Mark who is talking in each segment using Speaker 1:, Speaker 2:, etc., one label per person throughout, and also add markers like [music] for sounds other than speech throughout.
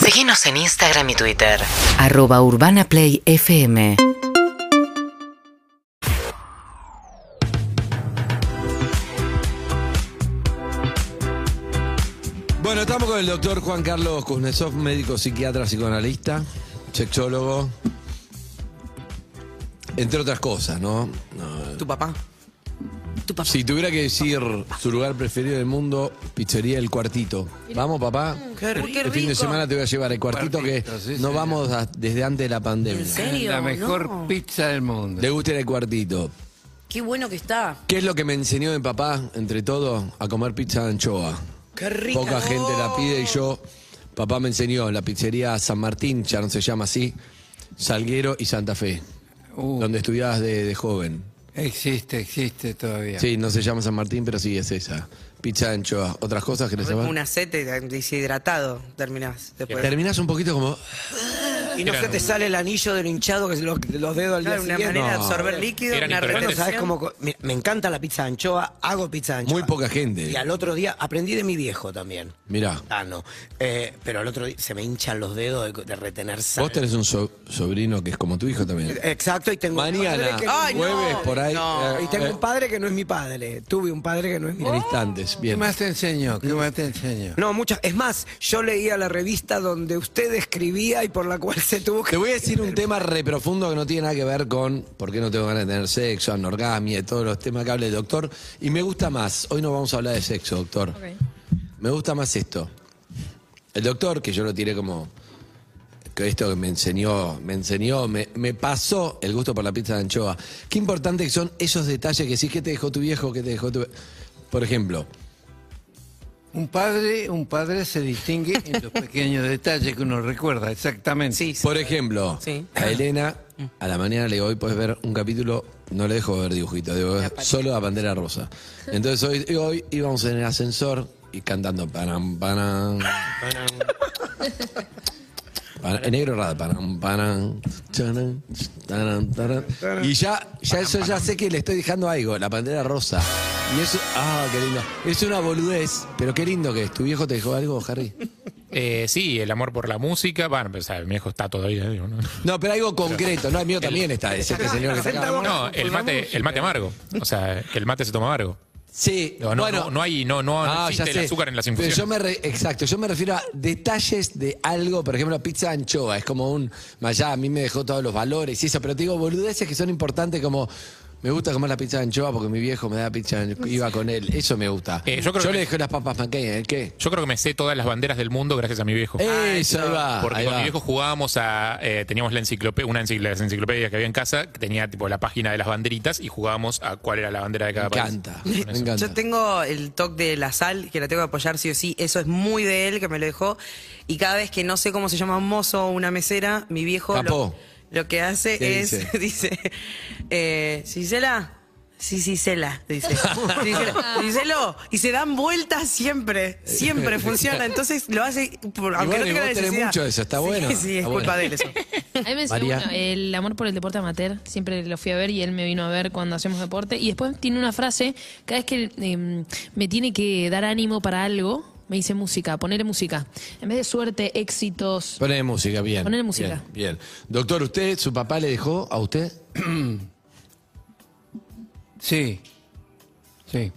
Speaker 1: Seguinos en Instagram y Twitter.
Speaker 2: Arroba Urbana Play FM.
Speaker 3: Bueno, estamos con el doctor Juan Carlos Kuznetsov, médico psiquiatra, psicoanalista, sexólogo, entre otras cosas, ¿no? No,
Speaker 4: ¿Tu papá? ¿Tu papá?
Speaker 3: Si tuviera que decir su lugar preferido del mundo, pizzería El Cuartito. Vamos, papá.
Speaker 4: Mm, Qué rico.
Speaker 3: El fin de semana te voy a llevar al cuartito que
Speaker 5: Cuartito, sí,
Speaker 3: no
Speaker 5: sí.
Speaker 3: vamos a- desde antes de la pandemia.
Speaker 4: ¿En serio?
Speaker 5: La mejor
Speaker 4: No.
Speaker 5: pizza del mundo.
Speaker 3: Le gusta ir al cuartito.
Speaker 4: Qué bueno que está.
Speaker 3: ¿Qué es lo que me enseñó mi papá, entre todo, a comer pizza de anchoa?
Speaker 4: Qué rico.
Speaker 3: Poca gente la pide y yo, papá me enseñó la pizzería San Martín, ya no se llama así, Salguero y Santa Fe,
Speaker 5: Uh,
Speaker 3: donde estudiabas de, de joven.
Speaker 5: existe, existe todavía.
Speaker 3: Sí, no se llama San Martín, pero sí es esa. Pizza de anchoa. ¿Otras cosas que les
Speaker 6: Como
Speaker 3: llaman?
Speaker 6: una sete deshidratado terminás después.
Speaker 3: Terminás un poquito como...
Speaker 7: Y no se te sale el anillo del hinchado que se los, de los dedos al día
Speaker 6: Claro, una
Speaker 7: siguiente.
Speaker 6: manera de
Speaker 3: No.
Speaker 6: absorber líquido,
Speaker 8: Eran
Speaker 6: una
Speaker 7: No,
Speaker 8: imperfectos.
Speaker 6: retención.
Speaker 7: ¿sabes cómo co- Mira, me encanta la pizza de anchoa, hago pizza de anchoa.
Speaker 3: Muy poca gente.
Speaker 7: Y al otro día aprendí de mi viejo también.
Speaker 3: Mirá,
Speaker 7: Ah, no. Eh, pero al otro día se me hinchan los dedos de, de retener sal.
Speaker 3: vos tenés un so- sobrino que es como tu hijo también.
Speaker 7: Exacto, y tengo un padre
Speaker 3: Mañana,
Speaker 7: que
Speaker 6: Ay, no.
Speaker 3: jueves, por ahí...
Speaker 6: No.
Speaker 3: eh,
Speaker 7: y tengo
Speaker 3: eh,
Speaker 7: un padre que no es mi padre. Tuve un padre que no es mi
Speaker 3: en instantes,
Speaker 5: ¿Qué
Speaker 3: bien.
Speaker 5: más te enseñó? ¿Qué más te enseñó?
Speaker 7: No, muchas. Es más, yo leía la revista donde usted escribía y por la cual se tuvo
Speaker 3: Te
Speaker 7: que.
Speaker 3: voy a decir un tema re profundo que no tiene nada que ver con por qué no tengo ganas de tener sexo, anorgasmia, todos los temas que habla el doctor. Y me gusta más. Hoy no vamos a hablar de sexo, doctor. Me gusta más esto. El doctor, que yo lo tiré como. Que esto que me enseñó, me enseñó, me, me pasó el gusto por la pizza de anchoa. Qué importante que son esos detalles que sí que te dejó tu viejo, que te dejó tu. Por ejemplo,
Speaker 5: Un padre, un padre se distingue en los pequeños detalles que uno recuerda, exactamente.
Speaker 6: Sí, sí.
Speaker 3: Por ejemplo,
Speaker 6: Sí.
Speaker 3: a Elena, a la mañana le digo, hoy puedes ver un capítulo, no le dejo ver dibujitos, digo, solo la bandera rosa. Entonces hoy, hoy íbamos en el ascensor y cantando panam, panam. Pan- en negro raro, panam, panam, chanan, taran, taran. Y ya, ya eso ya sé que le estoy dejando algo, la bandera rosa. Y eso, ah, qué lindo. Es una boludez, pero qué lindo que es. ¿Tu viejo te dejó algo, Harry?
Speaker 8: Eh, sí, el amor por la música. Bueno, pues, ah, mi hijo está todavía. digo, ¿no?
Speaker 3: No, pero algo concreto, no, el mío también está, es este señor que está acá.
Speaker 8: No, el mate, el mate amargo. O sea, el mate se toma amargo.
Speaker 3: Sí,
Speaker 8: No, no,
Speaker 3: bueno.
Speaker 8: no, no hay, no, no, no
Speaker 3: Ah,
Speaker 8: existe
Speaker 3: ya sé.
Speaker 8: el azúcar en las
Speaker 3: Pero
Speaker 8: infusiones.
Speaker 3: yo me re- exacto, yo me refiero a detalles de algo, por ejemplo, pizza de anchoa, es como un, allá a mí me dejó todos los valores y eso, pero te digo, boludeces que son importantes como, me gusta comer la pizza de anchoa porque mi viejo me da pizza, de anchoa, iba con él, eso me gusta.
Speaker 8: Eh, yo creo que-
Speaker 3: le dejé las papas panqueñas, ¿eh? ¿qué?
Speaker 8: Yo creo que me sé todas las banderas del mundo gracias a mi viejo.
Speaker 3: Eso, ahí va,
Speaker 8: Ah, Porque
Speaker 3: ahí
Speaker 8: con
Speaker 3: va.
Speaker 8: mi viejo jugábamos a. eh, teníamos la enciclopedia, una encicl- las enciclopedias que había en casa, que tenía tipo la página de las banderitas y jugábamos a cuál era la bandera de
Speaker 3: me
Speaker 8: cada país.
Speaker 3: encanta, me
Speaker 8: Con eso.
Speaker 3: encanta.
Speaker 6: Yo tengo el toque de la sal, que la tengo que apoyar sí o sí. Eso es muy de él, que me lo dejó. Y cada vez que no sé cómo se llama un mozo o una mesera, mi viejo
Speaker 3: Capó.
Speaker 6: lo, lo que hace
Speaker 3: ¿Qué
Speaker 6: es,
Speaker 3: dice?
Speaker 6: [laughs] dice, eh, Cisela, sí, Cisela, dice.
Speaker 3: [laughs]
Speaker 6: Cisela, Ciselo. Y se dan vueltas siempre, siempre funciona. Entonces lo hace, por, aunque
Speaker 3: bueno, y
Speaker 6: no tenga
Speaker 3: vos tenés
Speaker 6: necesidad.
Speaker 3: mucho de eso, está
Speaker 6: Sí,
Speaker 3: bueno,
Speaker 6: Sí, es
Speaker 3: está
Speaker 6: culpa
Speaker 3: bueno.
Speaker 6: de
Speaker 3: [laughs]
Speaker 6: él eso.
Speaker 9: A mí me enseñó
Speaker 3: María.
Speaker 9: uno, el amor por el deporte amateur. Siempre lo fui a ver y él me vino a ver cuando hacemos deporte. Y después tiene una frase, cada vez que eh, me tiene que dar ánimo para algo, me dice música, ponerle música. En vez de suerte, éxitos.
Speaker 3: Poné música, bien.
Speaker 9: Poné música.
Speaker 3: Bien, bien. Doctor, ¿usted, su papá le dejó a usted?
Speaker 5: Sí. Sí.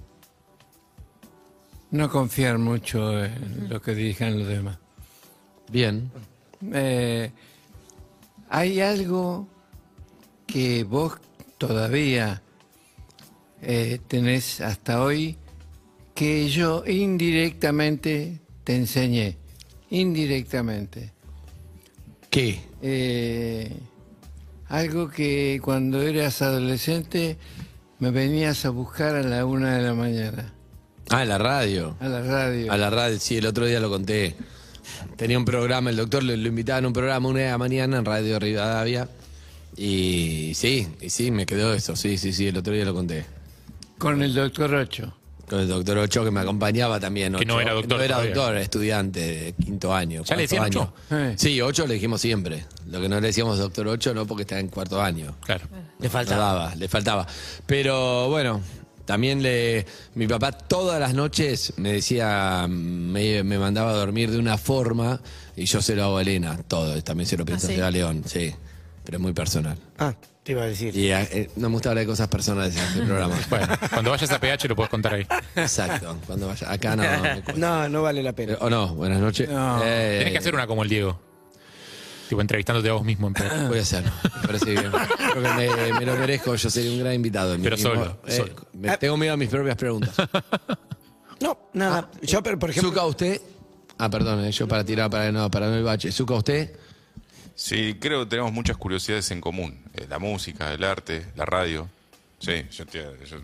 Speaker 5: No confiar mucho en lo que digan los demás.
Speaker 3: Bien.
Speaker 5: Eh, ¿Hay algo que vos todavía eh, tenés hasta hoy que yo indirectamente te enseñé? Indirectamente.
Speaker 3: ¿Qué?
Speaker 5: Eh, algo que cuando eras adolescente me venías a buscar a la una de la mañana,
Speaker 3: Ah, la radio.
Speaker 5: a la radio.
Speaker 3: A la radio, sí, el otro día lo conté. Tenía un programa, el doctor lo, lo invitaba en un programa una de la mañana en Radio Rivadavia. Y sí, y sí, me quedó eso, sí, sí, sí, el otro día lo conté.
Speaker 5: Con el doctor Ocho.
Speaker 3: Con el doctor Ocho que me acompañaba también.
Speaker 8: Que no
Speaker 3: Ocho.
Speaker 8: era doctor
Speaker 3: No era
Speaker 8: todavía.
Speaker 3: doctor, era estudiante de quinto año.
Speaker 8: ¿Ya le
Speaker 3: cuarto
Speaker 8: decían
Speaker 3: año.
Speaker 5: Ocho? Eh.
Speaker 3: Sí, Ocho le dijimos siempre. Lo que no le decíamos doctor Ocho no porque está en cuarto año.
Speaker 8: Claro.
Speaker 3: Le faltaba. le faltaba. Pero bueno, También le, mi papá todas las noches me decía, me, me mandaba a dormir de una forma y yo se lo hago a Elena, todo, también se lo pienso
Speaker 9: Ah, sí.
Speaker 3: hacer a León, sí, pero es muy personal.
Speaker 7: Ah, te iba a decir.
Speaker 3: Y eh, no me gusta hablar de cosas personales en este programa.
Speaker 8: [laughs] Bueno, cuando vayas a PH lo puedes contar ahí.
Speaker 3: Exacto, cuando vaya, acá no. no me
Speaker 8: [laughs]
Speaker 3: cuesta.
Speaker 7: No, no vale la pena.
Speaker 3: Pero- o no, buenas noches. Eh,
Speaker 8: Tenés que hacer una como el Diego. Tipo, entrevistándote a vos mismo
Speaker 3: [clears throat]
Speaker 8: en PH.
Speaker 3: Voy a hacerlo, me parece bien. Creo que me, me lo merezco, yo sería un gran invitado.
Speaker 8: Pero
Speaker 3: Mismo,
Speaker 8: solo, solo.
Speaker 3: eh, me- tengo miedo a mis propias preguntas.
Speaker 7: No, nada.
Speaker 3: Ah,
Speaker 7: Yo, pero por ejemplo.
Speaker 3: Zuka, usted. Ah, perdón, eh, yo para tirar para no, para no el bache. Zuka, usted.
Speaker 10: Sí, creo que tenemos muchas curiosidades en común. Eh, la música, el arte, la radio. Sí, yo, te- yo-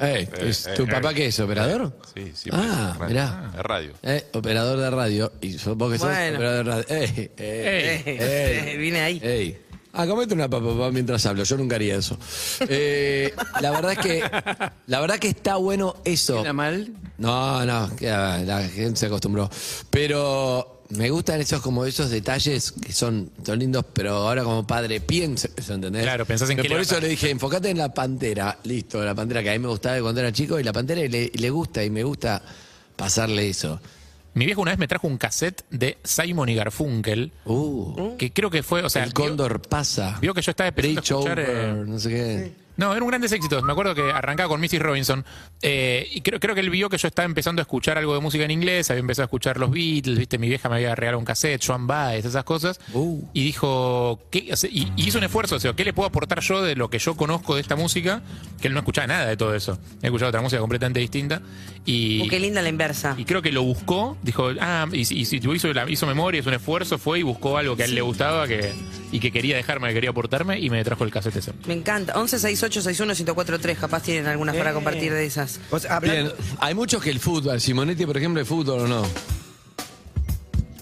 Speaker 3: Eh, ¿es
Speaker 10: eh,
Speaker 3: ¿Tu
Speaker 10: eh.
Speaker 3: papá qué es? ¿Operador?
Speaker 10: Sí, sí.
Speaker 3: Ah,
Speaker 10: radio.
Speaker 3: mirá.
Speaker 10: La radio.
Speaker 3: Eh, operador de radio. ¿Y sos- vos que sos
Speaker 6: Bueno.
Speaker 3: operador de radio? Eh, eh,
Speaker 6: Ey,
Speaker 3: eh,
Speaker 6: vine ahí.
Speaker 3: Ey. Ah, comete una papa papá, mientras hablo. Yo nunca haría eso. Eh, la verdad es que la verdad que está bueno eso.
Speaker 5: ¿Está mal?
Speaker 3: No, no, que, ah, la gente se acostumbró. Pero me gustan esos como esos detalles que son, son lindos, pero ahora como padre pienso, eso, ¿entendés?
Speaker 8: Claro, pensás en
Speaker 3: que
Speaker 8: qué
Speaker 3: Por
Speaker 8: le
Speaker 3: eso
Speaker 8: vas a-
Speaker 3: le dije, enfócate en la pantera, listo, la pantera que a mí me gustaba de cuando era chico y la pantera y le, y le gusta y me gusta pasarle eso.
Speaker 8: Mi viejo una vez me trajo un cassette de Simon y Garfunkel,
Speaker 3: Uh,
Speaker 8: que creo que fue, o sea,
Speaker 3: el
Speaker 8: vio-
Speaker 3: cóndor pasa.
Speaker 8: vio que yo estaba esperando
Speaker 3: Bridge
Speaker 8: escuchar,
Speaker 3: over,
Speaker 8: eh,
Speaker 3: no sé qué.
Speaker 8: No, eran grandes éxitos. Me acuerdo que arrancaba con Missy Robinson. eh, y creo, creo que él vio que yo estaba empezando a escuchar algo de música en inglés. Había empezado a escuchar los Beatles, viste, mi vieja me había regalado un cassette, Joan Baez, esas cosas.
Speaker 3: Uh.
Speaker 8: Y dijo, ¿qué? O sea, y, y hizo un esfuerzo, o sea, ¿qué le puedo aportar yo de lo que yo conozco de esta música? Que él no escuchaba nada de todo eso. He escuchado otra música completamente distinta. Y,
Speaker 6: Uh, qué linda la inversa.
Speaker 8: y creo que lo buscó, dijo, ah, y, si- y si hizo, la- hizo memoria, hizo un esfuerzo, fue y buscó algo que a él le gustaba que, y que quería dejarme, que quería aportarme, y me trajo el cassette ese.
Speaker 6: Me encanta. 11 68 61 1043. Capaz tienen algunas para compartir de esas.
Speaker 7: O sea, hablando-
Speaker 3: Bien, hay muchos que el fútbol, Simonetti por ejemplo, el fútbol o no.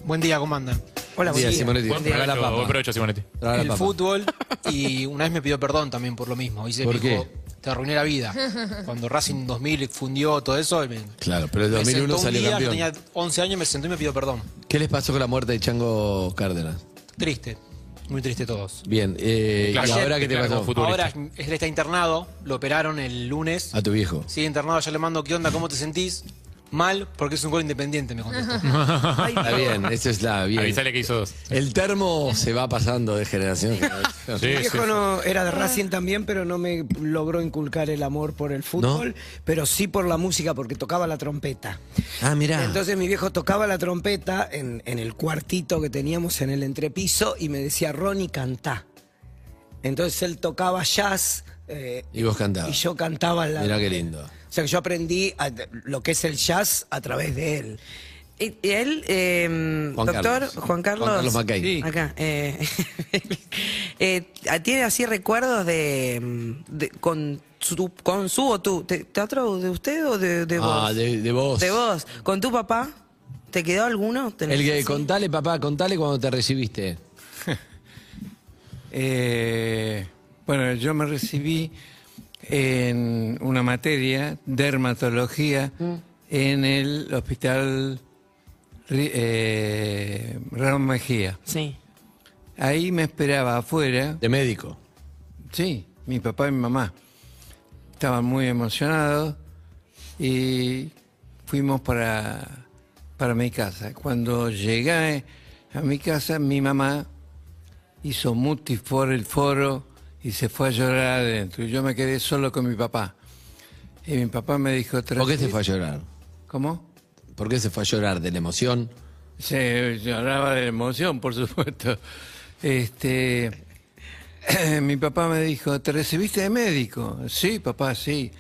Speaker 11: Buen día, ¿cómo andan?
Speaker 7: Hola, buen
Speaker 3: Día,
Speaker 7: día.
Speaker 3: Simonetti.
Speaker 8: Buen
Speaker 3: Traga la
Speaker 8: provecho,
Speaker 3: papa.
Speaker 8: buen provecho, Simonetti.
Speaker 3: Traga la
Speaker 11: el
Speaker 3: papa.
Speaker 11: fútbol y una vez me pidió perdón también por lo mismo. Dice,
Speaker 3: ¿Por
Speaker 11: me dijo,
Speaker 3: qué?
Speaker 11: te arruiné la vida. Cuando Racing 2000 fundió todo eso, me,
Speaker 3: Claro, pero el
Speaker 11: me sentó
Speaker 3: 2001
Speaker 11: un
Speaker 3: salió
Speaker 11: día,
Speaker 3: campeón.
Speaker 11: Yo tenía 11 años, me sentó y me pidió perdón.
Speaker 3: ¿Qué les pasó con la muerte de Chango Cárdenas?
Speaker 11: Triste, muy triste todos.
Speaker 3: Bien, eh,
Speaker 8: Claro,
Speaker 3: ¿y ahora
Speaker 8: ayer
Speaker 3: qué te
Speaker 8: declaró
Speaker 3: pasó?
Speaker 8: como futbolista.
Speaker 11: Ahora él está internado, lo operaron el lunes.
Speaker 3: A tu viejo.
Speaker 11: Sigue internado, ya le mando, ¿qué onda? ¿Cómo te sentís? Mal, porque es un gol independiente, me contestó.
Speaker 3: Está bien, esa es la bien.
Speaker 8: Avisale que hizo dos.
Speaker 3: El termo se va pasando de generación en generación.
Speaker 8: Sí,
Speaker 7: Mi
Speaker 8: sí.
Speaker 7: viejo no era de Racing también, pero no me logró inculcar el amor por el fútbol, pero sí por la música, porque tocaba la trompeta.
Speaker 3: Ah, mirá.
Speaker 7: Entonces mi viejo tocaba la trompeta en, en el cuartito que teníamos en el entrepiso y me decía, Ronnie, cantá. Entonces él tocaba jazz eh,
Speaker 3: y vos cantabas.
Speaker 7: y yo cantaba la...
Speaker 3: Mirá qué lindo.
Speaker 7: O sea que yo aprendí a- lo que es el jazz a través de él.
Speaker 6: Y, y él, eh,
Speaker 3: Juan
Speaker 6: doctor
Speaker 3: Carlos.
Speaker 6: Juan Carlos.
Speaker 3: Juan Carlos Mackay.
Speaker 5: Sí.
Speaker 6: Acá. eh, [laughs] eh, ¿Tiene así recuerdos de. mm, de- con, su, con su o tú? ¿Te- ¿Teatro de usted o de, de vos?
Speaker 3: Ah, de, de vos.
Speaker 6: De vos. ¿Con tu papá? ¿Te quedó alguno? ¿Tenés
Speaker 3: El que,
Speaker 6: así?
Speaker 3: contale, papá, contale cuando te recibiste.
Speaker 5: Eh, bueno, yo me recibí en una materia, dermatología, en el hospital Ri- eh, Raúl Mejía.
Speaker 6: Sí.
Speaker 5: Ahí me esperaba afuera,
Speaker 3: De médico.
Speaker 5: sí, mi papá y mi mamá. Estaban muy emocionados y fuimos para, para mi casa. Cuando llegué a mi casa, mi mamá hizo mutis por el foro y se fue a llorar adentro. Y yo me quedé solo con mi papá. Y mi papá me dijo...
Speaker 3: ¿Por qué se fue a llorar?
Speaker 5: ¿Cómo?
Speaker 3: ¿Por qué se fue a llorar? ¿De la emoción?
Speaker 5: Se lloraba de emoción, por supuesto. Este, [clears throat] mi papá me dijo, ¿te recibiste de médico? Sí, papá, sí.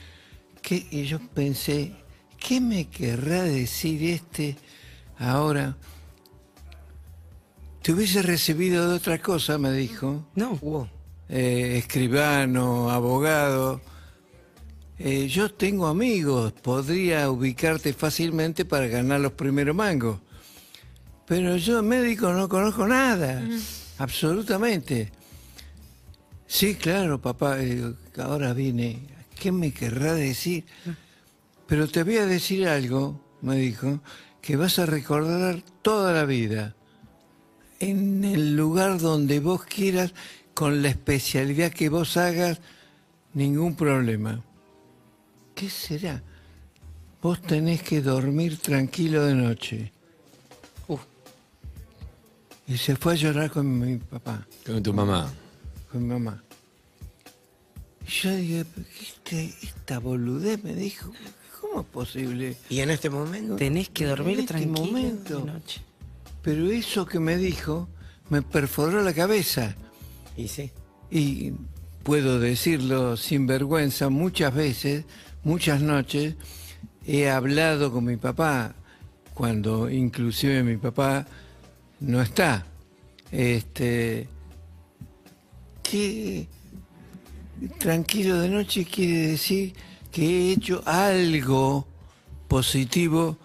Speaker 5: ¿Qué? Y yo pensé, ¿qué me querrá decir este ahora? Te hubiese recibido de otra cosa, me dijo
Speaker 6: No.
Speaker 5: eh, escribano, abogado. Eh, yo tengo amigos, podría ubicarte fácilmente para ganar los primeros mangos. Pero yo médico no conozco nada, absolutamente. Sí, claro, papá, eh, ahora viene. ¿Qué me querrá decir? Pero te voy a decir algo, me dijo, que vas a recordar toda la vida en el lugar donde vos quieras, con la especialidad que vos hagas, ningún problema. ¿qué será? Vos tenés que dormir tranquilo de noche. Y se fue a llorar con mi papá,
Speaker 3: Con tu mamá.
Speaker 5: con mi mamá. Y yo dije, ¿qué este- esta boludez? Me dijo, ¿cómo es posible?
Speaker 7: Y en este momento.
Speaker 6: Tenés que dormir
Speaker 5: En este
Speaker 6: tranquilo
Speaker 5: momento.
Speaker 6: de noche.
Speaker 5: Pero eso que me dijo me perforó la cabeza.
Speaker 7: Y sí.
Speaker 5: Y puedo decirlo sin vergüenza, muchas veces, muchas noches, he hablado con mi papá, cuando inclusive mi papá no está. Este, que tranquilo de noche quiere decir que he hecho algo positivo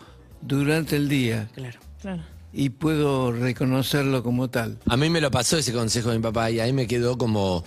Speaker 5: durante el día
Speaker 6: Claro.
Speaker 9: Claro.
Speaker 5: y puedo reconocerlo como tal.
Speaker 3: A mí me lo pasó ese consejo de mi papá y ahí me quedó como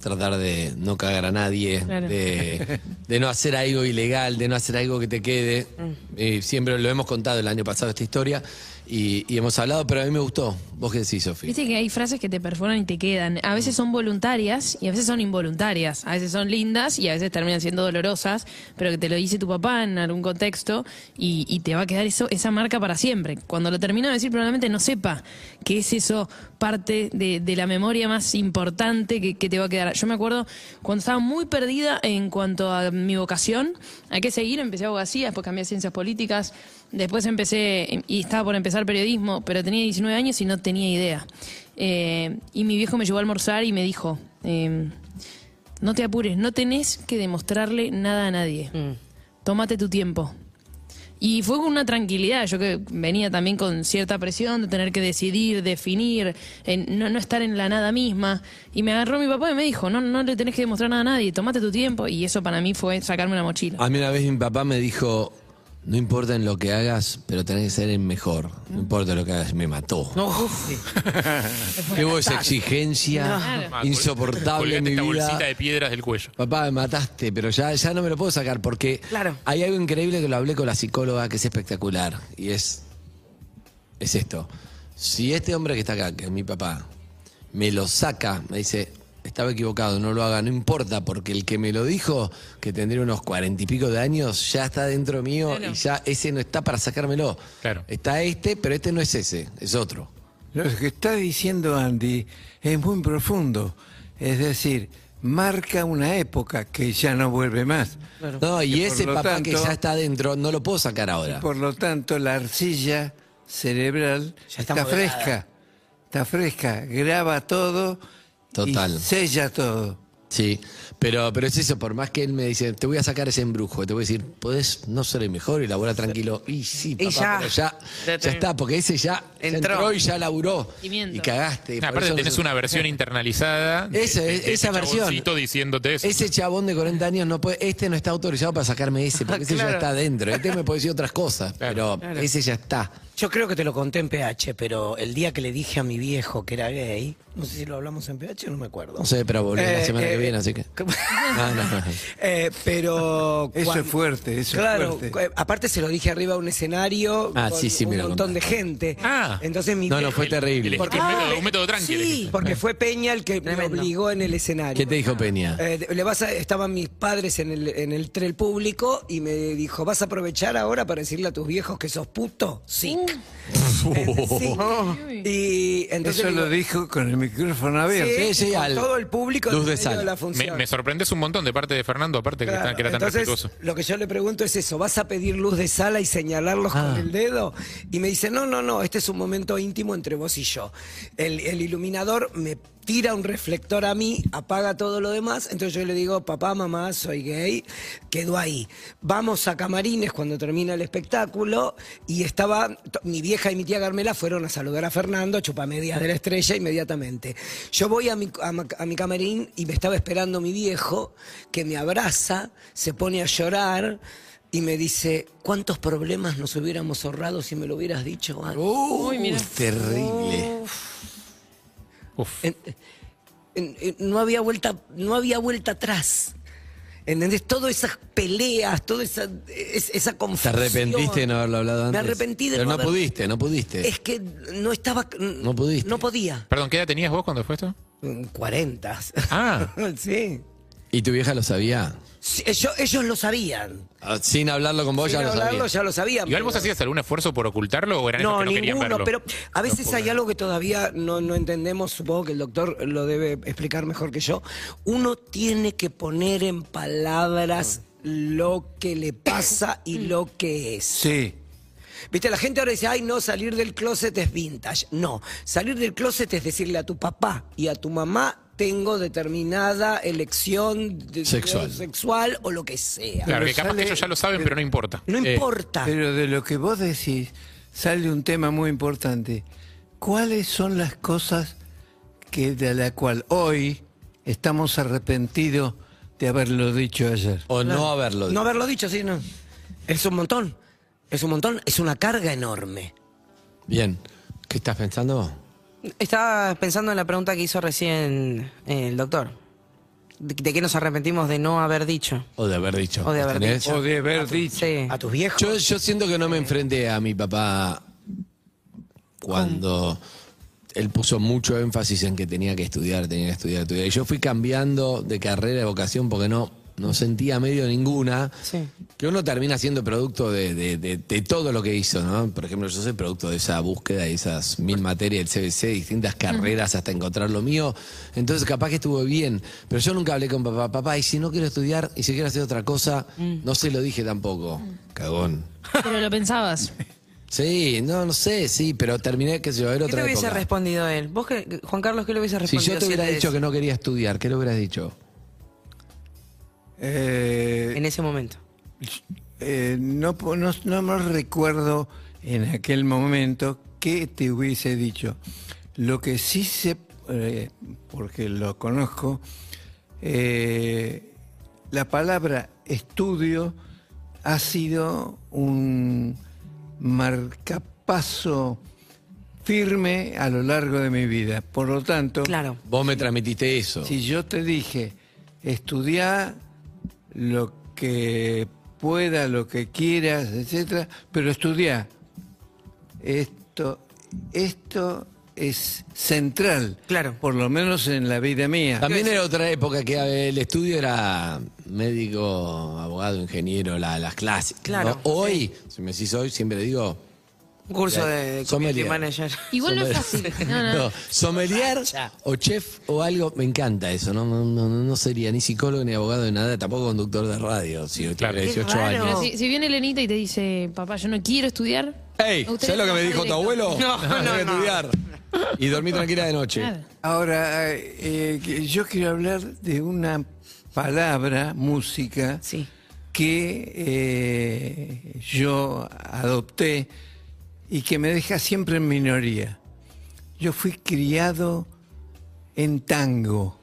Speaker 3: tratar de no cagar a nadie,
Speaker 9: Claro.
Speaker 3: de, de no hacer algo ilegal, de no hacer algo que te quede.
Speaker 9: Mm.
Speaker 3: Y siempre lo hemos contado el año pasado esta historia y, y hemos hablado, pero a mí me gustó. ¿Vos qué decís, Sofía?
Speaker 9: Viste que hay frases que te perforan y te quedan. A veces son voluntarias y a veces son involuntarias. A veces son lindas y a veces terminan siendo dolorosas, pero que te lo dice tu papá en algún contexto y, y te va a quedar eso, esa marca para siempre. Cuando lo termino de decir, probablemente no sepa que es eso parte de, de la memoria más importante que, que te va a quedar. Yo me acuerdo cuando estaba muy perdida en cuanto a mi vocación, hay que seguir, empecé abogacía, después cambié a ciencias políticas, después empecé y estaba por empezar periodismo, pero tenía 19 años y no tenía idea. Eh, y mi viejo me llevó a almorzar y me dijo, eh, no te apures, no tenés que demostrarle nada a nadie,
Speaker 6: Mm.
Speaker 9: tómate tu tiempo. Y fue con una tranquilidad, yo que venía también con cierta presión de tener que decidir, definir, en no, no estar en la nada misma. Y me agarró mi papá y me dijo, no, no le tenés que demostrar nada a nadie, tomate tu tiempo. Y eso para mí fue sacarme la mochila.
Speaker 3: A mí una vez mi papá me dijo, no importa en lo que hagas, pero tenés que ser el mejor. No importa lo que hagas, me mató.
Speaker 6: No, sí.
Speaker 3: Qué voz exigencia
Speaker 8: Claro.
Speaker 3: insoportable en
Speaker 8: Colgate
Speaker 3: mi vida.
Speaker 8: Ah, esta bolsita de piedras del cuello.
Speaker 3: Papá, me mataste, pero ya, ya no me lo puedo sacar porque
Speaker 6: Claro.
Speaker 3: hay algo increíble que lo hablé con la psicóloga que es espectacular y es, es esto. Si este hombre que está acá, que es mi papá, me lo saca, me dice, estaba equivocado, no lo haga, no importa, porque el que me lo dijo, que tendría unos cuarenta y pico de años, ya está dentro mío y ya ese no está para sacármelo.
Speaker 8: Claro.
Speaker 3: Está este, pero este no es ese, es otro.
Speaker 5: Lo que está diciendo Andy es muy profundo. Es decir, marca una época que ya no vuelve más.
Speaker 3: No, y
Speaker 5: Que por
Speaker 3: ese
Speaker 5: lo
Speaker 3: papá que
Speaker 5: tanto-
Speaker 3: ya está adentro, no lo puedo sacar ahora.
Speaker 5: Por lo tanto, la arcilla cerebral
Speaker 7: Ya
Speaker 5: está,
Speaker 7: está moderada.
Speaker 5: fresca. Está fresca. Graba todo y
Speaker 3: Total.
Speaker 5: sella todo.
Speaker 3: Sí, pero, pero es eso, por más que él me dice, te voy a sacar ese embrujo, te voy a decir, podés no ser el mejor y laburar tranquilo. Y sí, papá,
Speaker 6: ya.
Speaker 3: pero ya,
Speaker 6: Ya
Speaker 3: ya
Speaker 6: te-
Speaker 3: está, porque ese ya ya entró,
Speaker 6: Entró.
Speaker 3: y ya laburó.
Speaker 9: Cimiento.
Speaker 3: Y cagaste.
Speaker 8: No,
Speaker 3: por
Speaker 8: aparte
Speaker 3: eso
Speaker 8: tenés
Speaker 3: no-
Speaker 8: una versión internalizada de-
Speaker 3: Esa-
Speaker 8: de- de ese
Speaker 3: esa versión.
Speaker 8: chaboncito diciéndote eso.
Speaker 3: Ese chabón de 40 años no puede, este no está autorizado para sacarme ese,
Speaker 7: [laughs]
Speaker 3: porque ese ya
Speaker 6: Claro.
Speaker 3: está adentro. Este me puede decir otras cosas, pero ese ya está.
Speaker 7: Yo creo que te lo conté en PH, pero el día que le dije a mi viejo que era gay, no sé si lo hablamos en PH, no me acuerdo.
Speaker 3: No sé, pero volví la
Speaker 7: Eh,
Speaker 3: semana que
Speaker 7: eh,
Speaker 3: viene, así que. Ah, [laughs] no, no.
Speaker 7: Eh,
Speaker 3: [laughs]
Speaker 7: pero.
Speaker 5: Eso
Speaker 7: cuan-
Speaker 5: es fuerte, eso es
Speaker 7: claro,
Speaker 5: fuerte.
Speaker 7: cu- aparte se lo dije arriba a un escenario
Speaker 3: Ah,
Speaker 7: con
Speaker 3: sí, sí, me
Speaker 7: un
Speaker 3: lo
Speaker 7: montón de
Speaker 3: contaste.
Speaker 7: gente.
Speaker 8: Ah.
Speaker 7: Entonces mi
Speaker 3: No, no,
Speaker 7: viejo-
Speaker 3: fue terrible.
Speaker 8: Elegiste un, método, un método tranqui.
Speaker 6: Sí.
Speaker 8: elegiste.
Speaker 7: Porque fue Peña el que
Speaker 6: Tremendo.
Speaker 7: me obligó en el escenario.
Speaker 3: ¿Qué te dijo Peña?
Speaker 7: Eh, de- le vas a- estaban mis padres en el, en el tren público y me dijo, ¿vas a aprovechar ahora para decirle a tus viejos que sos puto? Sí. Sí. Y entonces
Speaker 5: Eso
Speaker 7: le
Speaker 5: lo
Speaker 7: digo,
Speaker 5: dijo con el micrófono abierto.
Speaker 3: Sí,
Speaker 7: sí,
Speaker 3: sí,
Speaker 7: y con
Speaker 3: al-
Speaker 7: todo el público
Speaker 3: luz
Speaker 7: en
Speaker 3: de
Speaker 7: medio
Speaker 3: sal.
Speaker 7: la
Speaker 8: Me,
Speaker 7: función.
Speaker 8: me sorprendes un montón de parte de Fernando, aparte que,
Speaker 7: Claro,
Speaker 8: tan- que era tan
Speaker 7: entonces,
Speaker 8: respetuoso.
Speaker 7: Lo que yo le pregunto es eso, ¿vas a pedir luz de sala y señalarlos con el dedo? Y me dice, no, no, no, este es un momento íntimo entre vos y yo. El, el iluminador me tira un reflector a mí, apaga todo lo demás, entonces yo le digo, papá, mamá, soy gay, quedó ahí. Vamos a Camarines cuando termina el espectáculo y estaba, to- mi vieja y mi tía Carmela fueron a saludar a Fernando, chupamedias de la estrella inmediatamente. Yo voy a mi, a ma- a mi camarín y me estaba esperando mi viejo, que me abraza, se pone a llorar y me dice, ¿cuántos problemas nos hubiéramos ahorrado si me lo hubieras dicho antes?
Speaker 3: Uh, terrible.
Speaker 8: Uf.
Speaker 7: En- en- en- no, había vuelta, no había vuelta atrás. ¿Entendés? Todas esas peleas, toda esa, es- esa
Speaker 3: ¿Te
Speaker 7: confusión.
Speaker 3: arrepentiste de no haberlo hablado antes?
Speaker 7: Me arrepentí de
Speaker 3: Pero
Speaker 7: no
Speaker 3: no
Speaker 7: haber-
Speaker 3: pudiste, no pudiste.
Speaker 7: Es que no estaba...
Speaker 3: Eh. No pudiste.
Speaker 7: No podía.
Speaker 8: Perdón, ¿qué edad tenías vos cuando fue esto?
Speaker 7: Mm, 40.
Speaker 8: Ah.
Speaker 7: sí.
Speaker 3: ¿Y tu vieja lo sabía?
Speaker 7: Sí, ellos, ellos lo sabían.
Speaker 3: Ah, Sin hablarlo con vos
Speaker 7: Sin
Speaker 3: ya lo
Speaker 7: hablarlo,
Speaker 3: sabía.
Speaker 7: ya lo sabían.
Speaker 8: Igual vos
Speaker 7: pero-
Speaker 8: hacías algún esfuerzo por ocultarlo o eran esos
Speaker 7: No,
Speaker 8: que no querían
Speaker 7: ninguno,
Speaker 8: verlo.
Speaker 7: pero a veces hay algo que todavía no, no entendemos, supongo que el doctor lo debe explicar mejor que yo. Uno tiene que poner en palabras
Speaker 8: Mm.
Speaker 7: lo que le pasa y lo que es.
Speaker 5: Sí.
Speaker 7: Viste, la gente ahora dice, ay no, salir del closet es vintage. No, salir del closet es decirle a tu papá y a tu mamá, tengo determinada elección de-
Speaker 3: Sexual.
Speaker 7: sexual o lo que sea.
Speaker 8: Claro, que
Speaker 5: Pero
Speaker 8: capaz que
Speaker 5: sale-
Speaker 8: ellos ya lo saben, pero no importa.
Speaker 7: No
Speaker 3: Eh,
Speaker 7: importa.
Speaker 5: Pero de lo que vos decís sale un tema muy importante. ¿Cuáles son las cosas que de la cual hoy estamos arrepentidos de haberlo dicho ayer?
Speaker 3: O no haberlo.
Speaker 7: No haberlo dicho, sí, no. Es un montón. Es un montón, es una carga enorme.
Speaker 3: Bien. ¿Qué estás pensando vos?
Speaker 6: Estaba pensando en la pregunta que hizo recién eh, el doctor. De, de qué nos arrepentimos de no haber dicho?
Speaker 3: O de haber dicho.
Speaker 6: O de haber
Speaker 3: ¿Tenés?
Speaker 6: dicho. Ah,
Speaker 5: O de haber dicho.
Speaker 3: Eh.
Speaker 6: Sí.
Speaker 7: A tus viejos.
Speaker 3: Yo, yo siento que no me enfrenté a mi papá cuando él puso mucho énfasis en que tenía que estudiar, tenía que estudiar, estudiar. Y yo fui cambiando de carrera, de vocación, porque no, no sentía medio ninguna.
Speaker 6: Sí.
Speaker 3: Que uno termina siendo producto de, de- de- de todo lo que hizo, ¿no? Por ejemplo, yo soy producto de esa búsqueda, de esas mil materias del CBC, distintas carreras hasta encontrar lo mío. Entonces, capaz que estuvo bien. Pero yo nunca hablé con papá. Papá, y si no quiero estudiar, y si quiero hacer otra cosa,
Speaker 6: Mm.
Speaker 3: no se lo dije tampoco. Cagón.
Speaker 9: Pero lo pensabas.
Speaker 3: Sí, no, no sé, sí, pero terminé, qué sé yo, era
Speaker 6: ¿Qué te
Speaker 3: otra
Speaker 6: hubiese
Speaker 3: época.
Speaker 6: respondido él? ¿Vos, qué- Juan Carlos, qué le hubiese
Speaker 3: Si
Speaker 6: respondido?
Speaker 3: yo te hubiera
Speaker 6: él
Speaker 3: dicho
Speaker 6: es-
Speaker 3: que no quería estudiar, ¿qué le hubieras dicho?
Speaker 5: Eh,
Speaker 6: En ese momento.
Speaker 5: Eh, no, po- no, no me recuerdo en aquel momento qué te hubiese dicho. Lo que sí sé, eh, porque lo conozco, eh, la palabra estudio ha sido un marcapaso firme a lo largo de mi vida. Por lo tanto,
Speaker 6: Claro.
Speaker 3: Vos me transmitiste eso.
Speaker 5: si yo te dije, estudia lo que pueda, lo que quieras, etcétera, pero estudia. Esto, esto es central.
Speaker 6: Claro.
Speaker 5: Por lo menos en la vida mía.
Speaker 3: También era otra época que el estudio era médico, abogado, ingeniero, la- las clases. ¿no?
Speaker 6: Claro,
Speaker 3: Hoy, si me decís hoy, siempre digo.
Speaker 6: Un curso
Speaker 3: la-
Speaker 6: de, de community
Speaker 3: sommelier. [laughs]
Speaker 6: manager.
Speaker 9: Igual no es
Speaker 3: Sommelier. [laughs]
Speaker 9: fácil. No, no.
Speaker 3: No, sommelier o chef o algo, me encanta eso. No, no, no, no sería ni psicólogo ni abogado de nada, tampoco conductor de radio, si yo tuviera
Speaker 8: Claro. Qué
Speaker 3: 18
Speaker 6: raro.
Speaker 3: años.
Speaker 9: Pero si, si viene Lenita y te dice, papá, yo no quiero estudiar.
Speaker 3: Ey,
Speaker 9: ¿a usted
Speaker 3: ¿sabes
Speaker 9: le
Speaker 3: lo que me
Speaker 9: parece
Speaker 3: dijo tu
Speaker 9: directo?
Speaker 3: abuelo?
Speaker 6: No,
Speaker 3: Tenés
Speaker 6: no,
Speaker 3: que
Speaker 6: no.
Speaker 3: estudiar. Y dormí tranquila de noche.
Speaker 9: Claro.
Speaker 5: Ahora, eh, que yo quiero hablar de una palabra, música,
Speaker 6: Sí.
Speaker 5: que eh, yo adopté y que me deja siempre en minoría. Yo fui criado en tango,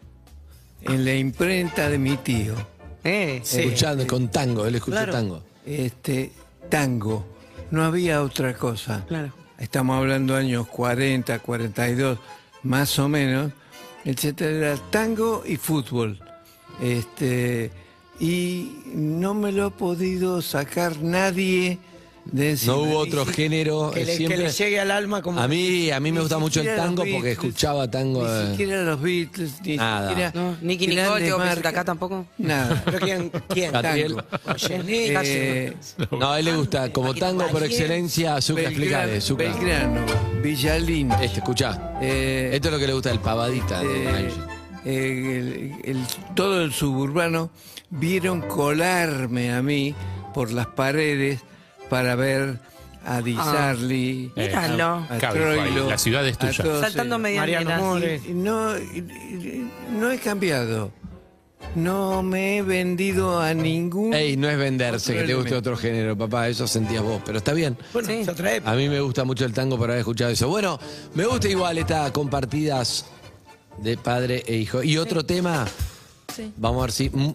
Speaker 5: en la imprenta de mi tío.
Speaker 6: Eh, sí.
Speaker 3: Escuchando, con tango, él escucha
Speaker 6: Claro.
Speaker 3: tango.
Speaker 5: Este, tango, no había otra cosa.
Speaker 6: Claro.
Speaker 5: Estamos hablando años 40, 42, más o menos, etcétera, era tango y fútbol. Este, y no me lo ha podido sacar nadie de encima.
Speaker 3: No hubo otro género.
Speaker 7: que, le,
Speaker 3: siempre...
Speaker 7: que le llegue al alma como...
Speaker 3: A mí, a mí me
Speaker 5: Ni
Speaker 3: gusta mucho el
Speaker 5: siquiera
Speaker 3: tango
Speaker 5: los
Speaker 3: porque
Speaker 5: Beatles,
Speaker 3: escuchaba tango.
Speaker 5: Ni
Speaker 3: eh.
Speaker 5: siquiera los Beatles, ni
Speaker 3: Nada.
Speaker 5: siquiera.
Speaker 6: No, Nicky
Speaker 5: grandes
Speaker 6: Nicole, Teo Pesci,
Speaker 5: marcas.
Speaker 6: acá tampoco.
Speaker 5: Nada.
Speaker 6: [laughs]
Speaker 7: ¿Pero quién?
Speaker 3: [laughs]
Speaker 7: ¿Quién?
Speaker 3: Catriel.
Speaker 7: Oye,
Speaker 5: Eh,
Speaker 3: No, a él le gusta. Como tango por excelencia, Zucca,
Speaker 5: Belgrano,
Speaker 3: explícale, Zucca.
Speaker 5: Belgrano, Villalín.
Speaker 3: Este, escuchá.
Speaker 5: eh,
Speaker 3: Esto es lo que le gusta, el pavadita. de
Speaker 5: eh,
Speaker 3: Angel.
Speaker 5: eh, el- el- todo el suburbano vieron colarme a mí por las paredes para ver a Di Sarli,
Speaker 6: Ah. Míralo.
Speaker 5: a
Speaker 8: Cabify,
Speaker 5: Troilo,
Speaker 8: la ciudad es
Speaker 5: a
Speaker 8: tuya.
Speaker 5: todos
Speaker 6: Saltando
Speaker 5: ellos.
Speaker 6: medianeras.
Speaker 5: Y No, y- y- no he cambiado. No me he vendido a ningún.
Speaker 3: Ey, no es venderse,
Speaker 5: Otro
Speaker 3: que te guste
Speaker 5: elemento.
Speaker 3: otro género, papá. Eso sentías vos, pero está bien.
Speaker 7: Bueno,
Speaker 6: Sí.
Speaker 7: es otra época.
Speaker 3: A mí me gusta mucho el tango por haber escuchado eso. Bueno, me gusta igual estas compartidas de padre e hijo. Y otro tema,
Speaker 9: Sí.
Speaker 3: vamos a ver si. mm,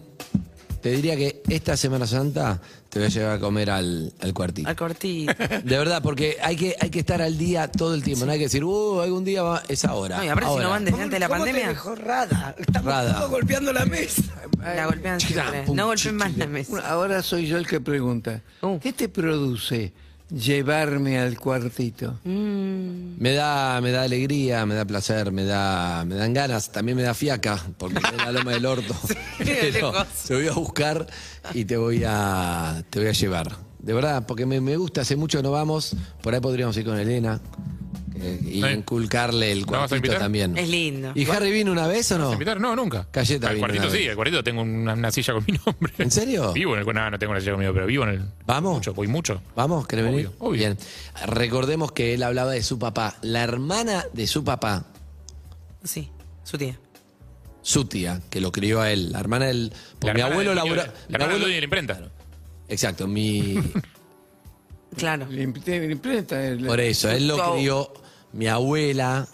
Speaker 3: Te diría que esta Semana Santa te voy a llevar a comer al, al cuartito. [laughs]
Speaker 6: Al cortito.
Speaker 3: De verdad, porque hay que, hay que estar al día todo el tiempo. No hay que decir, uh, algún día va, es ahora.
Speaker 6: No, y aparte si
Speaker 3: ahora.
Speaker 6: no van desde antes de la
Speaker 7: ¿Cómo te
Speaker 6: pandemia,
Speaker 7: dejó Rada? Estamos
Speaker 3: Rada.
Speaker 7: todos golpeando la mesa.
Speaker 6: la golpean siempre.
Speaker 3: pum,
Speaker 6: No golpeen más la mesa.
Speaker 5: Ahora soy yo el que pregunta.
Speaker 6: Uh.
Speaker 5: ¿Qué te produce llevarme al cuartito.
Speaker 6: Mm.
Speaker 3: Me da, me da alegría, me da placer, me da, me dan ganas, también me da fiaca, porque es la loma del
Speaker 6: [laughs]
Speaker 3: orto. [laughs] Pero te voy a buscar y te voy a, te voy a llevar. De verdad, porque me, me gusta, hace mucho no vamos, por ahí podríamos ir con Elena eh, y
Speaker 8: Sí.
Speaker 3: inculcarle el
Speaker 8: ¿La vas a
Speaker 3: cuartito
Speaker 8: invitar?
Speaker 3: también.
Speaker 6: Es lindo.
Speaker 3: ¿Y Harry vino una vez o no?
Speaker 8: ¿Invitar? No, nunca.
Speaker 3: Cayeta
Speaker 8: el
Speaker 3: vino
Speaker 8: cuartito
Speaker 3: una vez.
Speaker 8: sí, el cuartito tengo una, una silla con mi nombre.
Speaker 3: ¿En serio?
Speaker 8: Vivo en el no, no tengo una silla conmigo, pero vivo en el.
Speaker 3: ¿Vamos?
Speaker 8: Mucho, voy mucho.
Speaker 3: ¿Vamos? ¿Querés
Speaker 8: Obvio,
Speaker 3: venir?
Speaker 8: obvio.
Speaker 3: Bien. Recordemos que él hablaba de su papá. La hermana de su papá,
Speaker 6: Sí, su tía.
Speaker 3: su tía, que lo crió a él. La hermana del.
Speaker 8: La
Speaker 3: porque mi
Speaker 8: hermana
Speaker 3: abuelo
Speaker 8: del dueño
Speaker 3: labura-
Speaker 8: de-
Speaker 3: mi
Speaker 8: La hermana del
Speaker 3: abuelo-
Speaker 8: dueño de la imprenta.
Speaker 3: Exacto,
Speaker 8: [laughs]
Speaker 3: mi.
Speaker 6: Claro.
Speaker 5: La imp- la imprenta, el-
Speaker 3: Por eso, él lo
Speaker 6: Todo.
Speaker 3: crió. Mi abuela.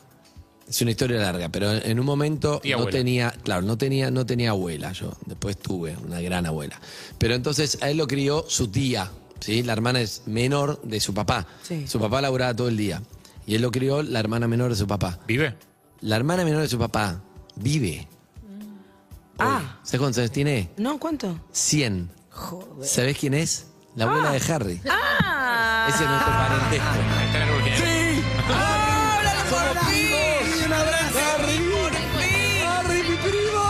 Speaker 3: Es una historia larga, pero en un momento
Speaker 8: Tía
Speaker 3: no
Speaker 8: abuela.
Speaker 3: tenía, claro, no tenía, no tenía abuela yo. Después tuve una gran abuela. Pero entonces a él lo crió su tía, ¿sí? La hermana es menor de su papá.
Speaker 6: Sí.
Speaker 3: Su papá laburaba todo el día. Y él lo crió la hermana menor de su papá.
Speaker 8: ¿Vive?
Speaker 3: La hermana menor de su papá vive.
Speaker 6: Ah,
Speaker 3: ¿Sabes cuántos años tiene?
Speaker 6: ¿no? ¿Cuánto?
Speaker 3: 100. ¿Sabés quién es? La abuela de Harry. Ese es nuestro parentesco.
Speaker 8: Ahí está el árbol que-
Speaker 3: ¡Un abrazo, Harry! ¡Harry, mi primo!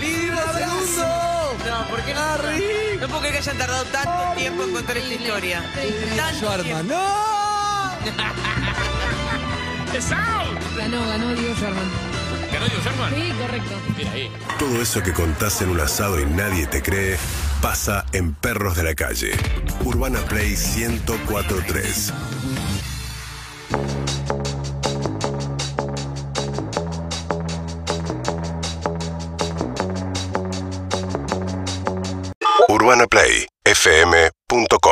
Speaker 3: ¡Viva segundo!
Speaker 6: No, ¿por qué no? No puedo creer que hayan tardado tanto tiempo en contar esta historia.
Speaker 3: ¡Yo,
Speaker 6: Tanto tiempo.
Speaker 3: hermano!
Speaker 8: ¡Es out!
Speaker 9: Ganó, ganó Diego Sherman.
Speaker 8: ¿Ganó Diego Sherman?
Speaker 9: Sí, correcto.
Speaker 8: Mira ahí.
Speaker 12: Todo eso que contás en un asado y nadie te cree, pasa en Perros de la Calle. Urbana Play 1043. UrbanaPlay.fm.com